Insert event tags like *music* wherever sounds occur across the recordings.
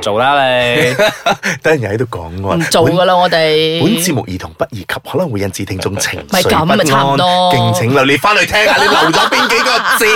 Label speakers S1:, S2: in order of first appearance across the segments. S1: 做啦你，
S2: 等人又喺度講喎。
S3: 唔做噶啦，我哋
S2: 本。本節目兒童不宜及可能會引致聽眾情
S3: 咪
S2: 緒
S3: 咁
S2: 不
S3: 咪
S2: 安，
S3: 差唔多
S2: 敬請留意翻去聽下，你留咗邊幾個字，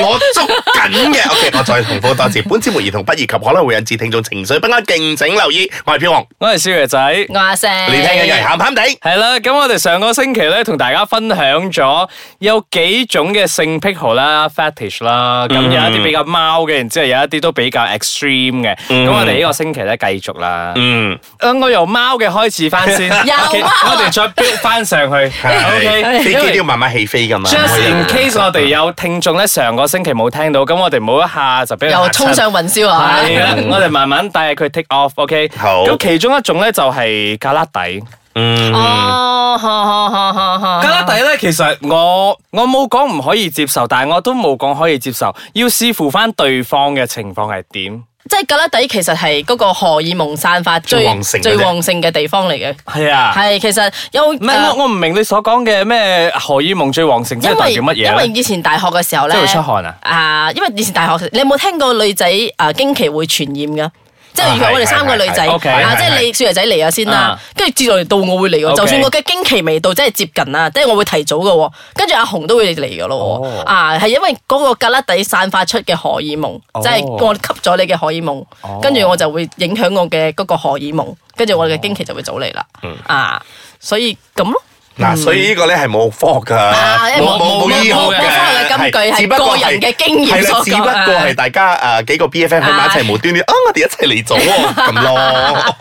S2: 我捉緊
S3: *laughs*
S2: 嘅。OK，我再重複多次，本節目兒童不宜及可能會引致聽眾情緒不安，敬請留意。我係飄紅，
S1: 我係少爺仔。
S3: 我阿石，
S2: 你聽緊嘅係鹹鹹地。
S1: 系啦，咁我哋上個星期咧同大家分享咗有幾種嘅性癖好啦、fetish 啦，咁有一啲比較貓嘅，然之後有一啲都比較 extreme 嘅。咁我哋呢個星期咧繼續啦。
S2: 嗯，
S1: 呃我由貓嘅開始翻
S2: *laughs*
S1: 先，
S3: 有啊
S1: OK，我哋再 build 翻上去。
S2: 係
S1: OK，
S2: 飛機
S1: 因
S2: 都
S1: 為
S2: 要慢慢起飛噶嘛。
S1: Just in case 我哋有聽眾咧，上個星期冇聽到，咁我哋冇一下就俾佢
S3: *laughs* 又
S1: 嚇親
S3: 衝上雲霄 *laughs* 啊！
S1: 係啦，我哋慢慢帶佢 take off，OK。
S2: 好
S1: 咁其中一種咧就係咖拉底。
S2: 嗯，
S3: 哦，呵呵呵呵呵
S1: 加拉底咧，其實我我冇講唔可以接受，但係我都冇講可以接受，要視乎翻對方嘅情況係點。
S3: 即係格拉底其實係嗰個荷爾蒙散發最
S2: 最旺盛嘅
S3: 最
S2: 地
S3: 旺盛嘅地方嚟嘅。
S1: 係啊，
S3: 係其實有
S1: 唔係
S3: 呃
S1: 我我唔明你所講嘅咩荷爾蒙最旺盛，即
S3: 因
S1: 係代
S3: 為
S1: 表乜嘢
S3: 因為
S1: 咧？
S3: 以前大學嘅時候咧，
S1: 即係會出汗啊！
S3: 啊，因為以前大學，你有冇聽過女仔啊經期會傳染㗎？即係如果我哋三個女仔，
S2: 係
S1: 啊係係
S2: 係
S3: 啊，即係你少爺仔嚟咗先啦
S1: 啊，
S3: 跟住接落嚟到我會嚟喎。
S1: OK
S3: 就算我嘅經期未到，即係接近啦，即係我會提早嘅喎。跟住阿紅都會嚟嘅咯喎，
S1: 哦
S3: 啊，係因為嗰個格拉底散發出嘅荷爾蒙，
S1: 哦
S3: 即係我吸咗你嘅荷爾蒙，跟住我就會影響我嘅嗰個荷爾蒙，跟住我
S1: 哦
S3: 嘅經期就會早嚟啦。
S1: 嗯
S3: 啊，所以咁咯。
S2: 嗱，所以呢個咧係冇科學噶
S3: 嗯啊，
S2: 冇
S3: 冇
S2: 冇醫學
S3: 冇科學嘅根據係
S2: 只不過係
S3: 個人嘅經驗
S2: 係啦
S3: 所講
S2: 只不過係大家誒幾個 BFM 喺埋一齊無端端啊，我哋一齊嚟做喎咁
S3: *laughs*
S2: 咯。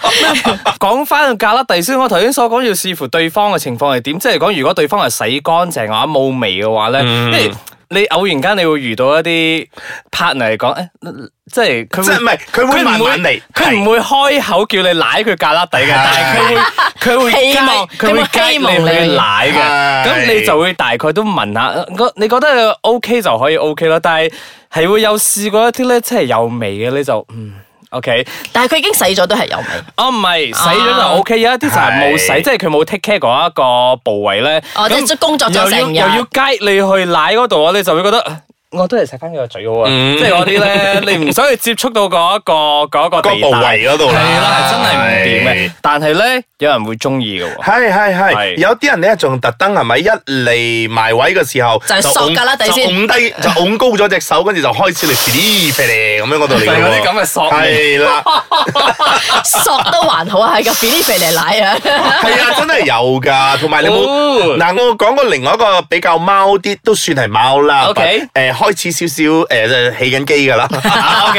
S1: 講翻咖拉底先，我頭先所講要視乎對方嘅情況係點，即係講如果對方係洗乾淨或者冇味嘅話咧，因為你偶然間你會遇到一啲 partner 嚟講，誒，即係佢
S2: 即
S1: 會
S2: 係唔係佢會
S1: 唔
S2: 慢慢嚟
S1: 佢唔會開口叫你舐佢咖拉底嘅，但
S2: À.
S1: 係佢會佢會
S3: 希望
S1: 介佢會
S3: 佢會希
S1: 介
S3: 望
S1: 你
S3: 你
S1: 去舐
S2: 係
S1: 嘅，咁你就會大概都問下，呃我你覺得佢 OK 就可以 OK 啦，但係係會有試過一啲咧，即係有味嘅你就嗯 OK。
S3: 但係佢已經洗咗都係有味。
S1: 哦，唔係洗咗就
S3: 啊
S1: O K，有一啲就係冇洗，
S2: 係
S1: 即係佢冇 take care 嗰一個部位咧。
S3: 哦即係工作咗
S1: 又要
S3: 成日
S1: 又要 guide 你去奶嗰度，你就會覺得呃我都係洗翻佢個嘴好啊。
S2: 嗯
S1: 即係嗰啲咧，你唔想去接觸到嗰一個嗰一
S2: 個
S1: 個地
S2: 部
S1: 帶
S2: 位嗰度啦
S1: 係啦，係真係唔掂嘅。但係咧，有人會中意嘅喎。
S2: 係係係，
S1: 係
S2: 有啲人咧仲特登係咪一嚟埋位嘅時候
S3: 就係索
S2: 拱
S3: 㗎啦地先
S2: 就拱低就拱高咗隻手，跟住就開始嚟噼哩噼哩咁樣嗰度嚟
S1: 就係
S2: 嘅
S1: 嗰
S2: 喎
S1: 啲咁嘅索
S2: 係啦，
S3: 索都還好啊，係個 b i l 肥嚟奶啊！
S2: 係啊，真係有㗎。同埋你
S1: 哦
S2: 冇嗱，我講過另外一個比較貓啲，都算係貓啦。
S1: OK
S2: 誒開始少少誒起緊機㗎啦。
S1: O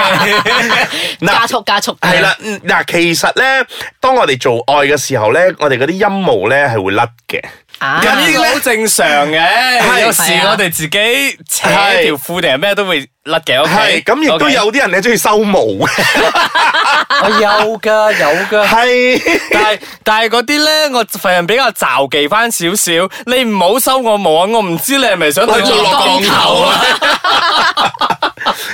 S1: K，
S3: 加速加速，
S2: 係啦，嗯嗱，其實咧，當我哋做愛嘅時候咧，我哋嗰啲陰毛咧係會甩嘅。
S3: 啊，
S1: 咁呢個好正常嘅。有時
S3: 係啊
S1: 我哋自己扯
S2: 係
S1: 條褲定係咩都會甩嘅。O
S2: 係
S1: K，
S2: 咁，亦都有啲人咧中意收毛嘅。
S3: *laughs*
S1: 我有㗎，有㗎。
S2: 係。
S1: 但係但係嗰啲咧，我份人比較罩忌翻少少。你唔好收我毛啊！我唔知你係咪想對我落降頭啊？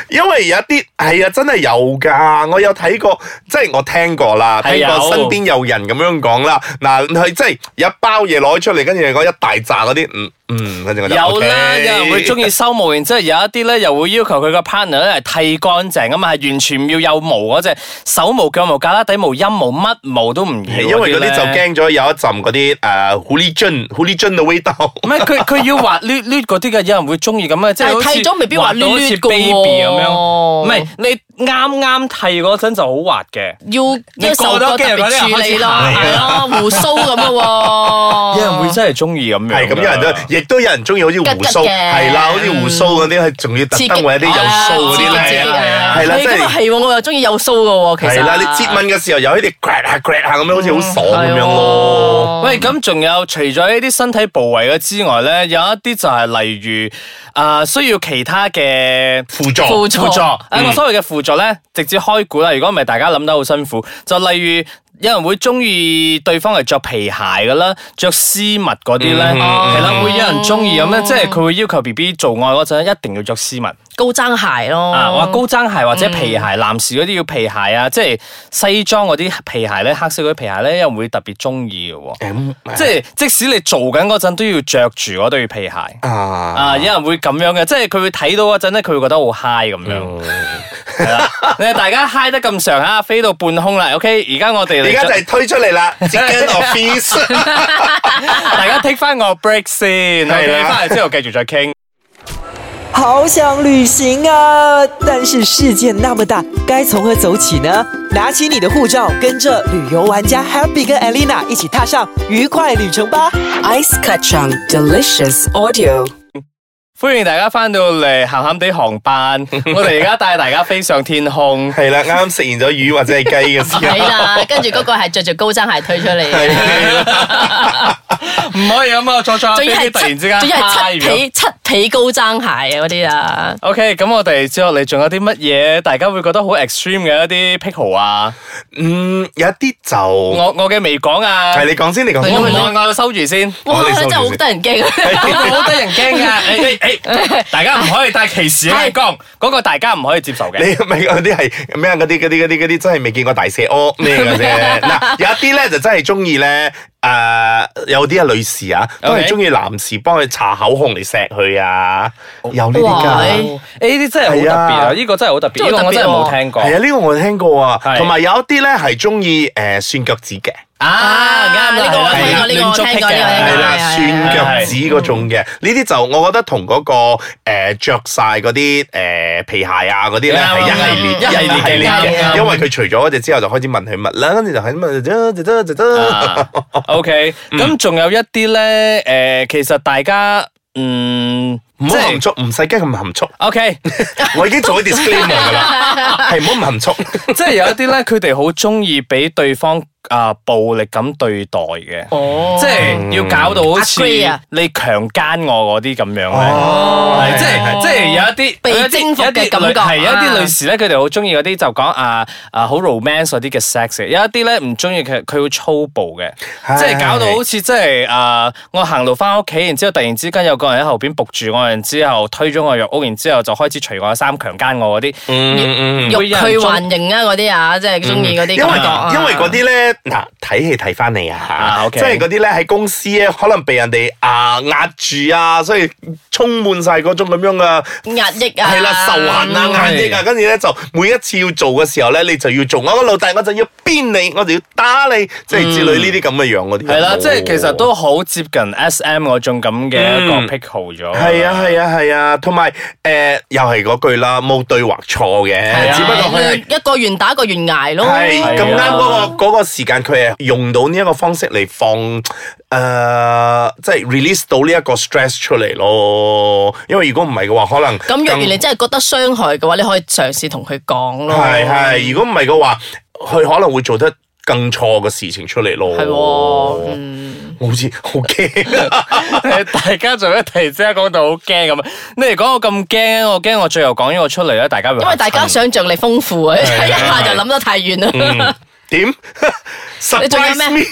S2: 因為有一啲係啊，真係有噶，我有睇過，即係我聽過啦，
S1: 係
S2: 聽過
S1: 有
S2: 身邊有人咁樣講啦。嗱，佢即係有一包嘢攞出嚟，跟住嗰一大扎嗰啲，嗯嗯，跟住我就
S1: 有啦，
S2: ，OK
S1: 有人會中意收毛，然之後有一啲咧又會要求佢個 partner 咧係剃乾淨啊嘛，係完全唔要有毛嗰只手毛、腳毛、胳肋底毛、陰毛、乜毛都唔要。
S2: 係因為嗰啲就
S1: 咧。
S2: 驚咗有一陣嗰啲誒狐狸精、狐狸精嘅
S3: *laughs*
S2: 味道。
S1: 唔係佢佢要滑捋捋嗰啲嘅，有人會中意咁嘅，即係
S3: 但係
S1: 好似
S3: 剃咗未必滑
S1: 滑
S3: 捋
S1: 到好似
S3: 捋㗎喎
S1: baby 咁樣。唔係你啱啱剃嗰陣就好滑嘅。
S3: 要要
S1: 你
S3: 受
S1: 過
S3: 過
S1: 多
S3: 特
S1: 幾日
S3: 別處理咯，
S1: 嗰啲人開始行
S3: 係咯，胡鬚咁咯喎，
S1: 有人會真係中意咁樣㗎。
S2: 係咁，有人都亦都有人中意好似胡
S3: 吉吉
S2: 鬚，
S3: 嘅
S2: 係啦，好似胡鬚嗰啲，係仲要特登揾一啲有鬚嗰啲
S3: 刺激
S2: 咧
S3: 刺激，啊
S2: 係啦，即
S3: 係咁啊
S2: 係
S3: 係喎，我又中意有鬚嘅喎，其實
S2: 係啦，你接吻嘅時候有啲 crack 下 crack 下咁樣，好似好爽咁樣咯。
S3: 係喎
S1: 喂，咁仲有除咗呢啲身體部位嘅之外咧，有一啲就係例如啊、需要其他嘅。
S2: 輔助
S3: 輔助
S1: 輔助，誒、我啊所謂嘅輔助咧，直接開估啦。如果唔係，大家諗得好辛苦。就例如有人會中意對方係着皮鞋噶啦，着絲襪嗰啲咧，係啦、會有人中意咁咧，即係佢會要求 B B 做愛嗰陣一定要着絲襪。
S3: 高踭鞋咯，
S1: 啊，話高踭鞋或者皮鞋，男士嗰啲要皮鞋啊，即係西裝嗰啲皮鞋咧，黑色嗰啲皮鞋咧，又唔會特別中意嘅喎。
S2: 嗯
S1: 即係即使你做緊嗰陣都要着住嗰對皮鞋。
S2: 啊，
S1: 啊！有人會咁樣嘅，即係佢會睇到嗰陣咧，佢會覺得好 high 咁樣，
S3: 嗯
S1: 係啦。你大家 high 得咁上下，飛到半空啦。OK，而家我哋嚟
S2: 而家就 *laughs*
S1: 咗
S2: 係推出嚟啦 j i c office。
S1: 大家 take 翻個 break 先
S2: 係
S1: ，OK，
S2: 啦
S1: 翻嚟之後繼續再傾。
S4: 好想旅行啊！但是世界那么大，该从何走起呢？拿起你的护照，跟着旅游玩家 Happy 跟 Elena 一起踏上愉快旅程吧！
S5: Ice Kachang Delicious Audio.
S1: 歡迎大家翻到嚟鹹鹹地航班，
S2: *laughs*
S1: 我哋而家帶大家飛上天空。
S2: 係啦，啱啱食完咗魚或者係雞嘅時
S3: *laughs* 係
S2: 候，
S3: 啦，跟住嗰個係着住高踭鞋推出嚟
S2: 係
S3: 嘅，
S1: 唔可以咁啊！坐坐下
S3: 仲要
S1: 飛機 *laughs* 突
S3: 係
S1: 然
S3: 七，
S1: 之間
S3: 仲要係
S1: high
S3: 七
S1: 咗
S3: 皮七皮高踭鞋啊嗰啲啊，
S1: OK，咁我哋之後你仲有啲乜嘢？大家會覺得好 extreme 嘅一啲 pickle 啊？
S2: 嗯，有一啲就
S1: 我我嘅未講啊，
S2: 係你講先，你講
S1: 我唔
S2: 先。
S1: 愛我收住先。
S3: 哇
S2: 我哋收
S3: 真係
S2: 住
S3: 好
S2: 先
S3: 得人驚， *laughs*
S1: 好得人驚 *laughs* 噶！誒誒誒，大家唔可以帶歧視眼光，嗰個大家唔可以接受嘅。
S2: *laughs* 你咪嗰啲係咩啊？嗰啲嗰啲嗰啲嗰啲真係未見過大蛇屙咩啊嘅啫。嗱，有一啲咧就真係中意咧，誒有啲係女士啊，都係
S1: OK
S2: 中意男士幫佢搽口紅嚟錫佢啊，有呢啲
S3: 哇
S2: 㗎。
S1: 呢啲真係好特別
S2: 係
S1: 啊！
S2: 啊
S1: 呢個真係好特別，
S3: 真係
S1: 呢
S3: 好
S1: 個
S3: 特別
S1: 我真係冇聽過。
S2: 係啊，呢個我聽過啊，
S1: 係
S2: 同埋有一啲咧係中意誒蒜腳趾嘅，
S1: 啊，啱啦
S3: 呢個我
S2: 聽過
S3: 呢個
S1: 亂
S3: 我聽過呢個
S1: 捉
S3: 我
S1: 癖
S3: 聽
S1: 嘅
S3: 過
S2: 係啦，
S3: 係嗯啊
S2: 蒜腳趾嗰種嘅，呢啲就我覺得同嗰個誒著曬嗰啲誒皮鞋啊嗰啲咧係一系列
S1: 啱啱
S2: 一系列
S3: 啱啱
S2: 嘅，因為佢除咗嗰只之後就開始問佢乜啦，跟住就係咁啊，啫啫啫啫啫
S1: 啊 OK，咁仲有一啲咧，誒，其實大家嗯，
S2: 唔
S1: 即
S2: 好
S1: 係
S2: 含蓄，唔使驚咁含蓄，
S1: OK。
S2: 我已經做咗 disclaimer 噶啦，係唔好咁含蓄。
S1: *laughs* 即係有一啲咧，佢哋好中意俾對方啊、暴力咁對待嘅，
S3: 哦
S1: 即係要搞到好似
S3: Agree 啊
S1: 你強姦我嗰啲咁樣咧。
S2: 哦
S1: 係即係即係有一啲
S3: 被征服嘅感覺
S1: 係有一啲
S3: 啊
S1: 女士咧，佢哋好中意嗰啲就講啊啊好 romance 嗰啲嘅 sex 嘅，有一啲咧唔中意佢佢會粗暴嘅，
S2: 係
S1: 即係搞到好似即係啊我行路翻屋企，然之後突然之間有個人喺後邊仆住我，然之後推咗我入屋，然之後就開始除我嘅衫強姦我嗰啲，
S2: 嗯嗯
S3: 欲拒還迎啊嗰啲啊，即係中意嗰啲
S2: 因為
S3: 感覺啊，
S2: 因為嗰啲咧，嗱睇戲睇翻嚟
S1: 啊
S2: 啊，
S1: ，OK
S2: 即係嗰啲咧喺公司咧，可能被人哋啊壓住啊，所以充滿晒嗰種咁樣嘅。
S3: 壓抑啊，
S2: 係啦，仇恨啊，壓抑啊，跟住咧就每一次要做嘅時候咧，你就要做，我個老大我就要鞭你，我就要打你，即係之類呢啲咁嘅樣嗰啲。
S1: 嗯
S2: 哦
S1: 係啦，即係其實都好接近 S.M. 嗰種咁嘅一個
S2: 嗯
S1: pickle 咗。
S2: 係啊，係啊，係啊，同埋誒，又係嗰句啦，冇對或錯
S1: 係
S2: 嘅，
S1: 啊
S2: 只不過佢係。
S3: 一個願打一個願挨咯，
S2: 係
S1: 係啊
S2: 咁啱嗰個嗰個時間，佢係用到呢一個方式嚟放誒，呃即係 release 到呢一個 stress 出嚟咯。因為如果唔係嘅話，可能
S3: 咁若然
S2: 更
S3: 你真係覺得傷害嘅話，你可以嘗試同佢講咯。
S2: 係係，如果唔係嘅話，佢可能會做得更錯嘅事情出嚟咯。
S3: 係喎，嗯，
S2: 我好似好驚，
S1: *laughs*
S2: 啊
S3: *laughs*
S1: 大家做咩突然之間講到好驚咁啊？你嚟講我咁驚，我驚我最後講呢個出嚟咧，大家會
S3: 因為大家想像力豐富 *laughs* 啊，一下就諗得太遠啦。
S2: 嗯點
S3: 你仲有
S2: surprise
S3: 咩 *laughs*
S2: me？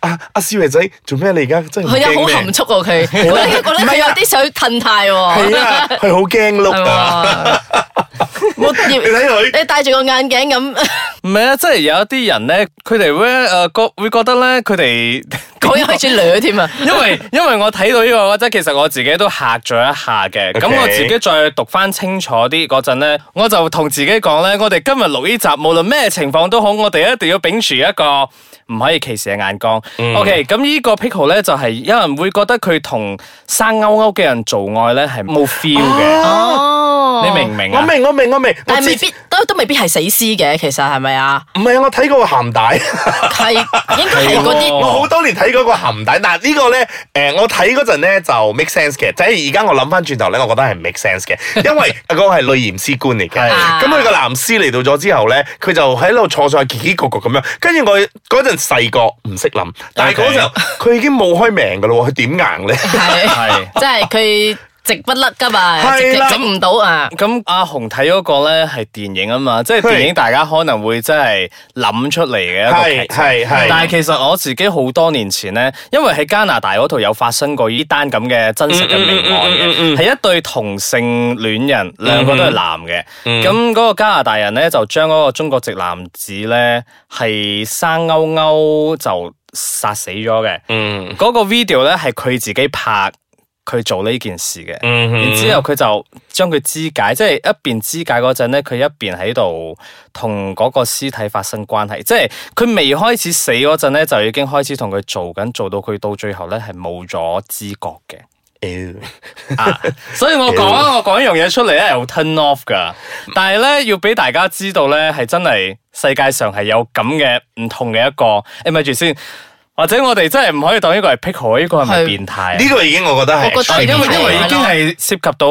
S2: 阿阿思維仔做咩？你而家真係
S3: *laughs* 佢又
S2: 好
S3: 好含
S2: 驚
S3: 蓄喎，佢我覺得佢有啲想褪態
S2: 咩？係
S3: 喎。
S2: 啊，佢好驚碌
S3: 係
S2: 啊！
S3: 喎
S2: 我你睇佢，
S3: 你戴住個眼鏡咁， *laughs*
S1: 唔係啊，即係有一啲人咧，佢哋會誒覺會覺得咧，佢哋
S3: 講嘢開始掠添啊！
S1: 因為因為我睇到呢個即係其實我自己都嚇咗一下嘅。咁
S2: OK
S1: 我自己再讀翻清楚啲嗰陣咧，我就同自己講咧，我哋今日錄呢集，無論咩情況都好，我哋一定要秉持一個唔可以歧視嘅眼光。OK，咁
S2: 嗯
S1: 呢個 pickle 咧就係、有人會覺得佢同生勾勾嘅人做愛咧係冇 feel 嘅，
S3: 哦
S1: 你明唔明
S2: 嗯啊我
S1: 啊？
S2: 明我明我明，我
S3: 但係未
S2: 知
S3: 必都都未必係死屍嘅，其實係咪啊？
S2: 唔係啊！我睇過個
S3: *laughs*
S2: 鹹帶， *laughs*
S3: 係應該係嗰
S1: 哦
S3: 啲
S2: 我好多年睇過個鹹帶。嗱呢個咧，誒我睇嗰陣咧就 make sense 嘅，即係而家我諗翻轉頭咧，我覺得係唔 make sense
S1: *laughs*
S2: 嘅，因為嗰個係女驗屍官嚟嘅。咁佢個男屍嚟到咗之後咧，佢就喺度坐上去，奇奇局局咁樣。跟住我嗰陣細個唔識諗，但係嗰陣
S1: OK
S2: 佢已經冇開名噶咯喎，佢點硬咧？
S3: 係
S1: 係
S3: 即係佢直不甩噶嘛，直
S2: 係啦
S3: 直整唔到啊！
S1: 咁阿紅睇嗰個咧係電影啊嘛，即係電影大家可能會真係諗出嚟嘅一個劇
S2: 係
S1: 情。
S2: 係係，
S1: 但係其實我自己好多年前咧，因為喺加拿大嗰度有發生過呢單咁嘅真實嘅命案
S2: 嗯嗯嗯嗯嗯
S1: 嘅，係一對同性戀人，兩個都係男
S2: 嗯
S1: 嘅。咁嗰個加拿大人咧就將嗰個中國籍男子咧係生勾勾就殺死咗嘅。
S2: 嗯
S1: 嗰個 video 咧係佢自己拍。佢做呢件事嘅，
S2: 嗯哼
S1: 然之後佢就將佢肢解，即係一邊肢解嗰陣咧，佢一邊喺度同嗰個屍體發生關係，即係佢未開始死嗰陣咧，就已經開始同佢做緊，做到佢到最後咧係冇咗知覺 *laughs* 嘅。啊！所以我講啊，我講一樣嘢出嚟咧，係好 turn off 噶。但係咧，要俾大家知道咧，係真係世界上係有咁嘅唔同嘅一個。誒，咪住先，或者我哋真係唔可以當呢個係癖好，呢個係咪
S3: 係
S1: 變態啊？
S2: 呢個已經我覺得係
S3: 我覺得
S2: extreme
S1: 因為因為已經係涉及到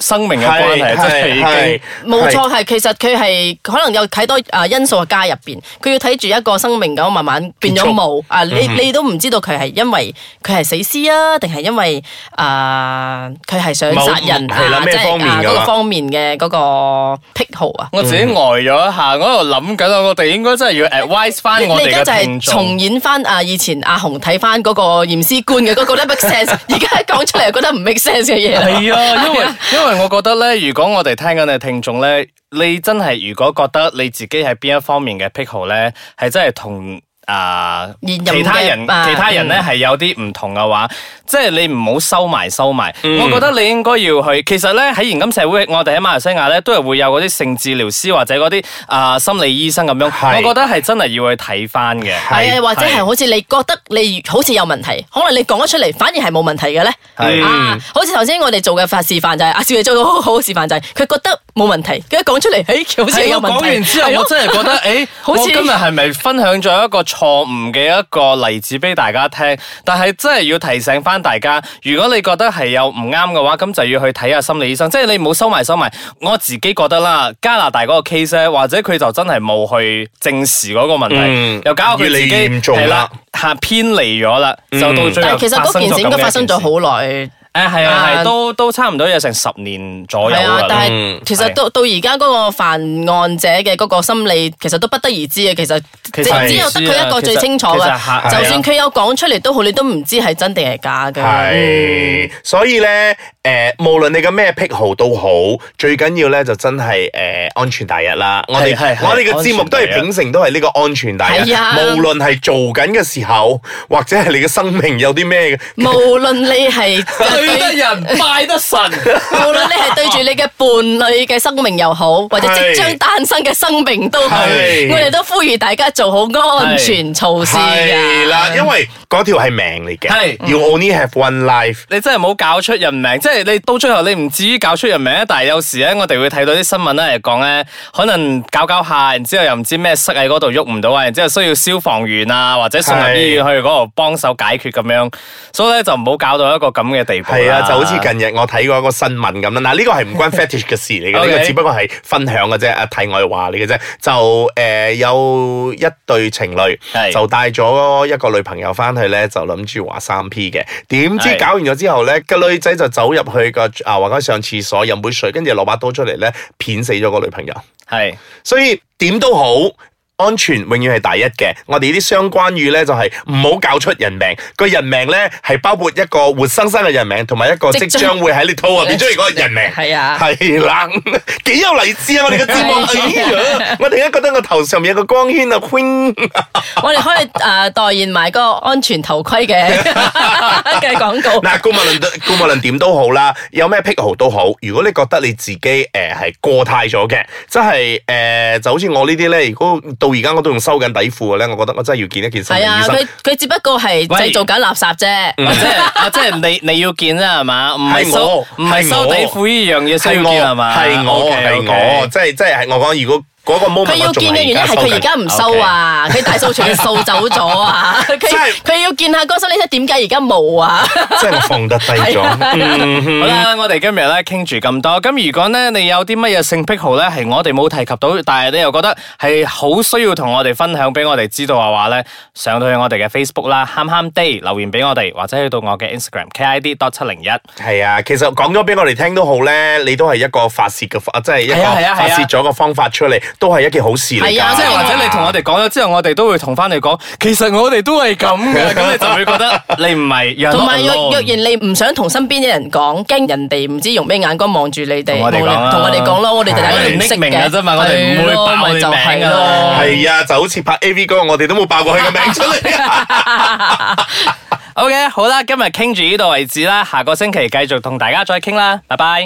S1: 生命嘅關係，真係已經。
S3: 冇錯，係其實佢係可能有睇多啊因素加入邊，佢要睇住一個生命咁慢慢變咗冇啊！你
S2: 嗯
S3: 你都唔知道佢係因為佢係死屍啊，定係因為啊佢係想殺人
S2: 某係啦
S3: 啊，
S2: 咩
S3: 即係
S2: 方面
S3: 啊
S2: 㗎
S3: 嗰個
S2: 啦
S3: 方面嘅嗰個癖好啊！
S1: 我自己呆咗一下，我喺度諗緊，啊我哋應該真係要 advise 翻
S3: 你
S1: 啊我
S3: 你
S1: 哋
S3: 而家就
S1: 嘅
S3: 係
S1: 聽
S3: 重
S1: 眾。
S3: 演翻啊以前阿紅睇翻嗰個驗屍官嘅嗰個咧 make sense，
S1: *laughs*
S3: 而家講出嚟又覺得唔 make sense 嘅嘢啦。
S1: 係啊，因為 *laughs* 因為我覺得咧，如果我哋聽緊嘅聽眾咧，你真係如果覺得你自己係邊一方面嘅癖好咧，係真係同。啊！
S3: 現任嘅
S1: 其他人
S3: 啊
S1: 其他人咧
S3: 嗯
S1: 係有啲唔同嘅話，即係你唔好收埋收埋。我覺得你應該要去。其實咧喺現今社會，我哋喺馬來西亞咧都係會有嗰啲性治療師或者嗰啲啊心理醫生咁樣。
S2: 係
S1: 我覺得係真係要去睇翻嘅。
S3: 係啊，或者係好似你覺得你好似有問題，可能你講咗出嚟反而係冇問題嘅咧。
S1: 係
S3: 啊，好似頭先我哋做嘅法示範就係阿少爺做到好好嘅示範就係佢覺得冇問題，佢一講出嚟，誒好似
S1: 係啊
S3: 有
S1: 我
S3: 問
S1: 講
S3: 題。
S1: 完之後，
S3: 係咯
S1: 我真係覺得，誒，
S3: 好似
S1: 我今日係咪分享咗一個錯誤嘅一個例子俾大家聽？但係真係要提醒翻大家，如果你覺得係有唔啱嘅話，咁就要去睇下心理醫生。即係你唔好收埋收埋。我自己覺得啦，加拿大嗰個 case 咧，或者佢就真係冇去正視嗰個問題，
S2: 嗯
S1: 又搞到佢自
S2: 越
S1: 己
S2: 嚟越嚴重啦
S1: 係啦，嚇偏離咗啦，就到最後
S3: 但係其實嗰件事應該發生咗
S1: 誒
S3: 好耐。
S1: 係啊係，
S3: 啊
S1: 都都差唔多有成十年左右
S3: 係啊
S1: 啦，。
S3: 但
S2: 嗯
S3: 係其實到到而家嗰個犯案者嘅嗰個心理，其實都不得而知嘅。其實
S1: 其
S3: 只
S1: 實係啊
S3: 只有得佢一個最清楚
S1: 其實其
S3: 嘅
S1: 實係，啊
S3: 就算佢有講出嚟都好，你都唔知係真定係假
S1: 嗯
S3: 嘅。
S2: 係，所以咧，誒，無論你嘅咩癖好都好，最緊要咧就真係誒安全第一啦。我哋
S1: 係係係
S2: 我哋嘅節目都係
S1: 安全第一
S2: 秉承都係呢個安全第一，
S3: 係啊
S2: 無論係做緊嘅時候，或者係你嘅生命有啲咩嘅。
S3: 無論你係
S1: *laughs* 對得人，拜得神。
S3: 無論你係對住你嘅伴侶嘅生命又好，或者即將誕生嘅生命都好，
S2: 係
S3: 我哋都呼籲大家做好安全措施
S2: 係啦，因
S3: 為
S2: 為嗰條係命嚟嘅
S1: 啊係
S2: ，You only have one life。
S1: 你真係冇搞出人命，即係你到最後你唔至於搞出人命但係有時咧，我哋會睇到啲新聞咧嚟講咧，可能搞搞下，然之後又唔知咩塞喺嗰度喐唔到啊，然之後需要消防員啊或者送入醫院去嗰度幫手解決咁樣，所以咧就唔好搞到一個咁嘅地步啦。
S2: 係啊，就好似近日我睇過一個新聞咁啦。嗱，呢個係唔
S1: *laughs*
S2: 關 fetish 嘅事嚟嘅，呢
S1: OK
S2: 個只不過係分享嘅啫，啊題外話嚟嘅啫。就誒、呃有一對情侶
S1: 係
S2: 就帶咗一個女朋友翻去咧，就諗住話三 P 嘅，點知
S1: 係
S2: 搞完咗之後咧，個女仔就走入去個啊話佢上廁所飲杯水，跟住攞把刀出嚟咧，片死咗個女朋友。
S1: 係
S2: 所以點都好。安全永遠係第一嘅，我哋呢啲相關語呢，就係唔好搞出人命。個人命呢，係包括一個活生生嘅人命，同埋一個即
S3: 即將
S2: 將會喺你肚入邊出現嗰個人命。
S3: 係
S1: *laughs*
S3: 啊
S2: 係啦，幾有勵志啊！我哋嘅節目，哎呀我突然間覺得我頭上面有個光圈啊 wing
S3: 我哋可以誒代言埋個安全頭盔嘅
S1: *laughs*
S3: 嘅廣告。
S2: *laughs* 嗱，顧無論顧無論點都好啦，有咩癖好都好。如果你覺得你自己呃誒係、過態咗嘅，即係誒、呃就好似我呢啲咧，如果到而家我都仲收緊底褲嘅咧，我覺得我真係要見一件心理
S3: 係啊
S2: 醫，生。
S3: 佢佢只不過係製造緊垃圾啫。
S1: 啊，即係啊，即係你你要見啦係嘛，唔係
S2: 係
S1: 收
S2: 我
S1: 唔係收
S2: 係我
S1: 底褲呢樣嘢需
S2: 係
S1: 要
S2: 我
S1: 見係嘛，哦
S2: 係我係
S1: OK，OK
S2: 我，即係即係我講，如果嗰個 moment
S3: 佢要
S2: 我仲
S3: 見嘅原因係佢而家唔收啊，佢大掃除嘅
S1: *laughs*
S3: 掃走咗啊，佢
S2: 真係
S3: 佢要見下歌手，你睇點解而家冇
S1: *laughs*
S3: 啊？
S2: 收緊，即係我放得低
S3: *laughs*
S2: 咗。嗯哼
S1: 好啦，我哋今日咧傾住咁多，咁如果咧你有啲乜嘢性癖好咧，係我哋冇提及到，但係你又覺得係好需要同我哋分享俾我哋知道嘅話咧，上到去我哋嘅 Facebook 啦，喊喊 day 留言俾我哋，或者去到我嘅 Instagram KID dot 七零一。
S2: 係啊，其實講咗俾我哋聽都好咧，你都係一個發泄嘅方，即係一個
S1: 係啊係啊係啊
S2: 發泄咗個方法出嚟，都係一件好事嚟
S3: 係啊
S2: 㗎。
S1: 即係或者你同我哋講咗之後，我哋都會同翻你講，其實我哋都係咁嘅， *laughs* 咁你就會覺得你唔係 you're not
S3: 同埋若
S1: alone
S3: 若然你唔想同身邊嘅人講，驚人哋唔知用咩眼光望住你哋，
S1: 同我哋講啦
S3: 同我哋講咯，我哋就大家
S1: 我哋
S3: 唔識
S1: 匿名嘅啫嘛我哋唔會
S3: 係咯
S1: 爆
S3: 咪
S1: 你
S3: 就係
S1: 名㗎
S3: 咯
S1: 啦
S2: 係啊，就好似拍 A V 嗰個，我哋都冇爆過佢嘅名出嚟。啊
S1: OK，好啦，今日傾住呢度為止啦，下個星期繼續同大家再傾啦，拜拜。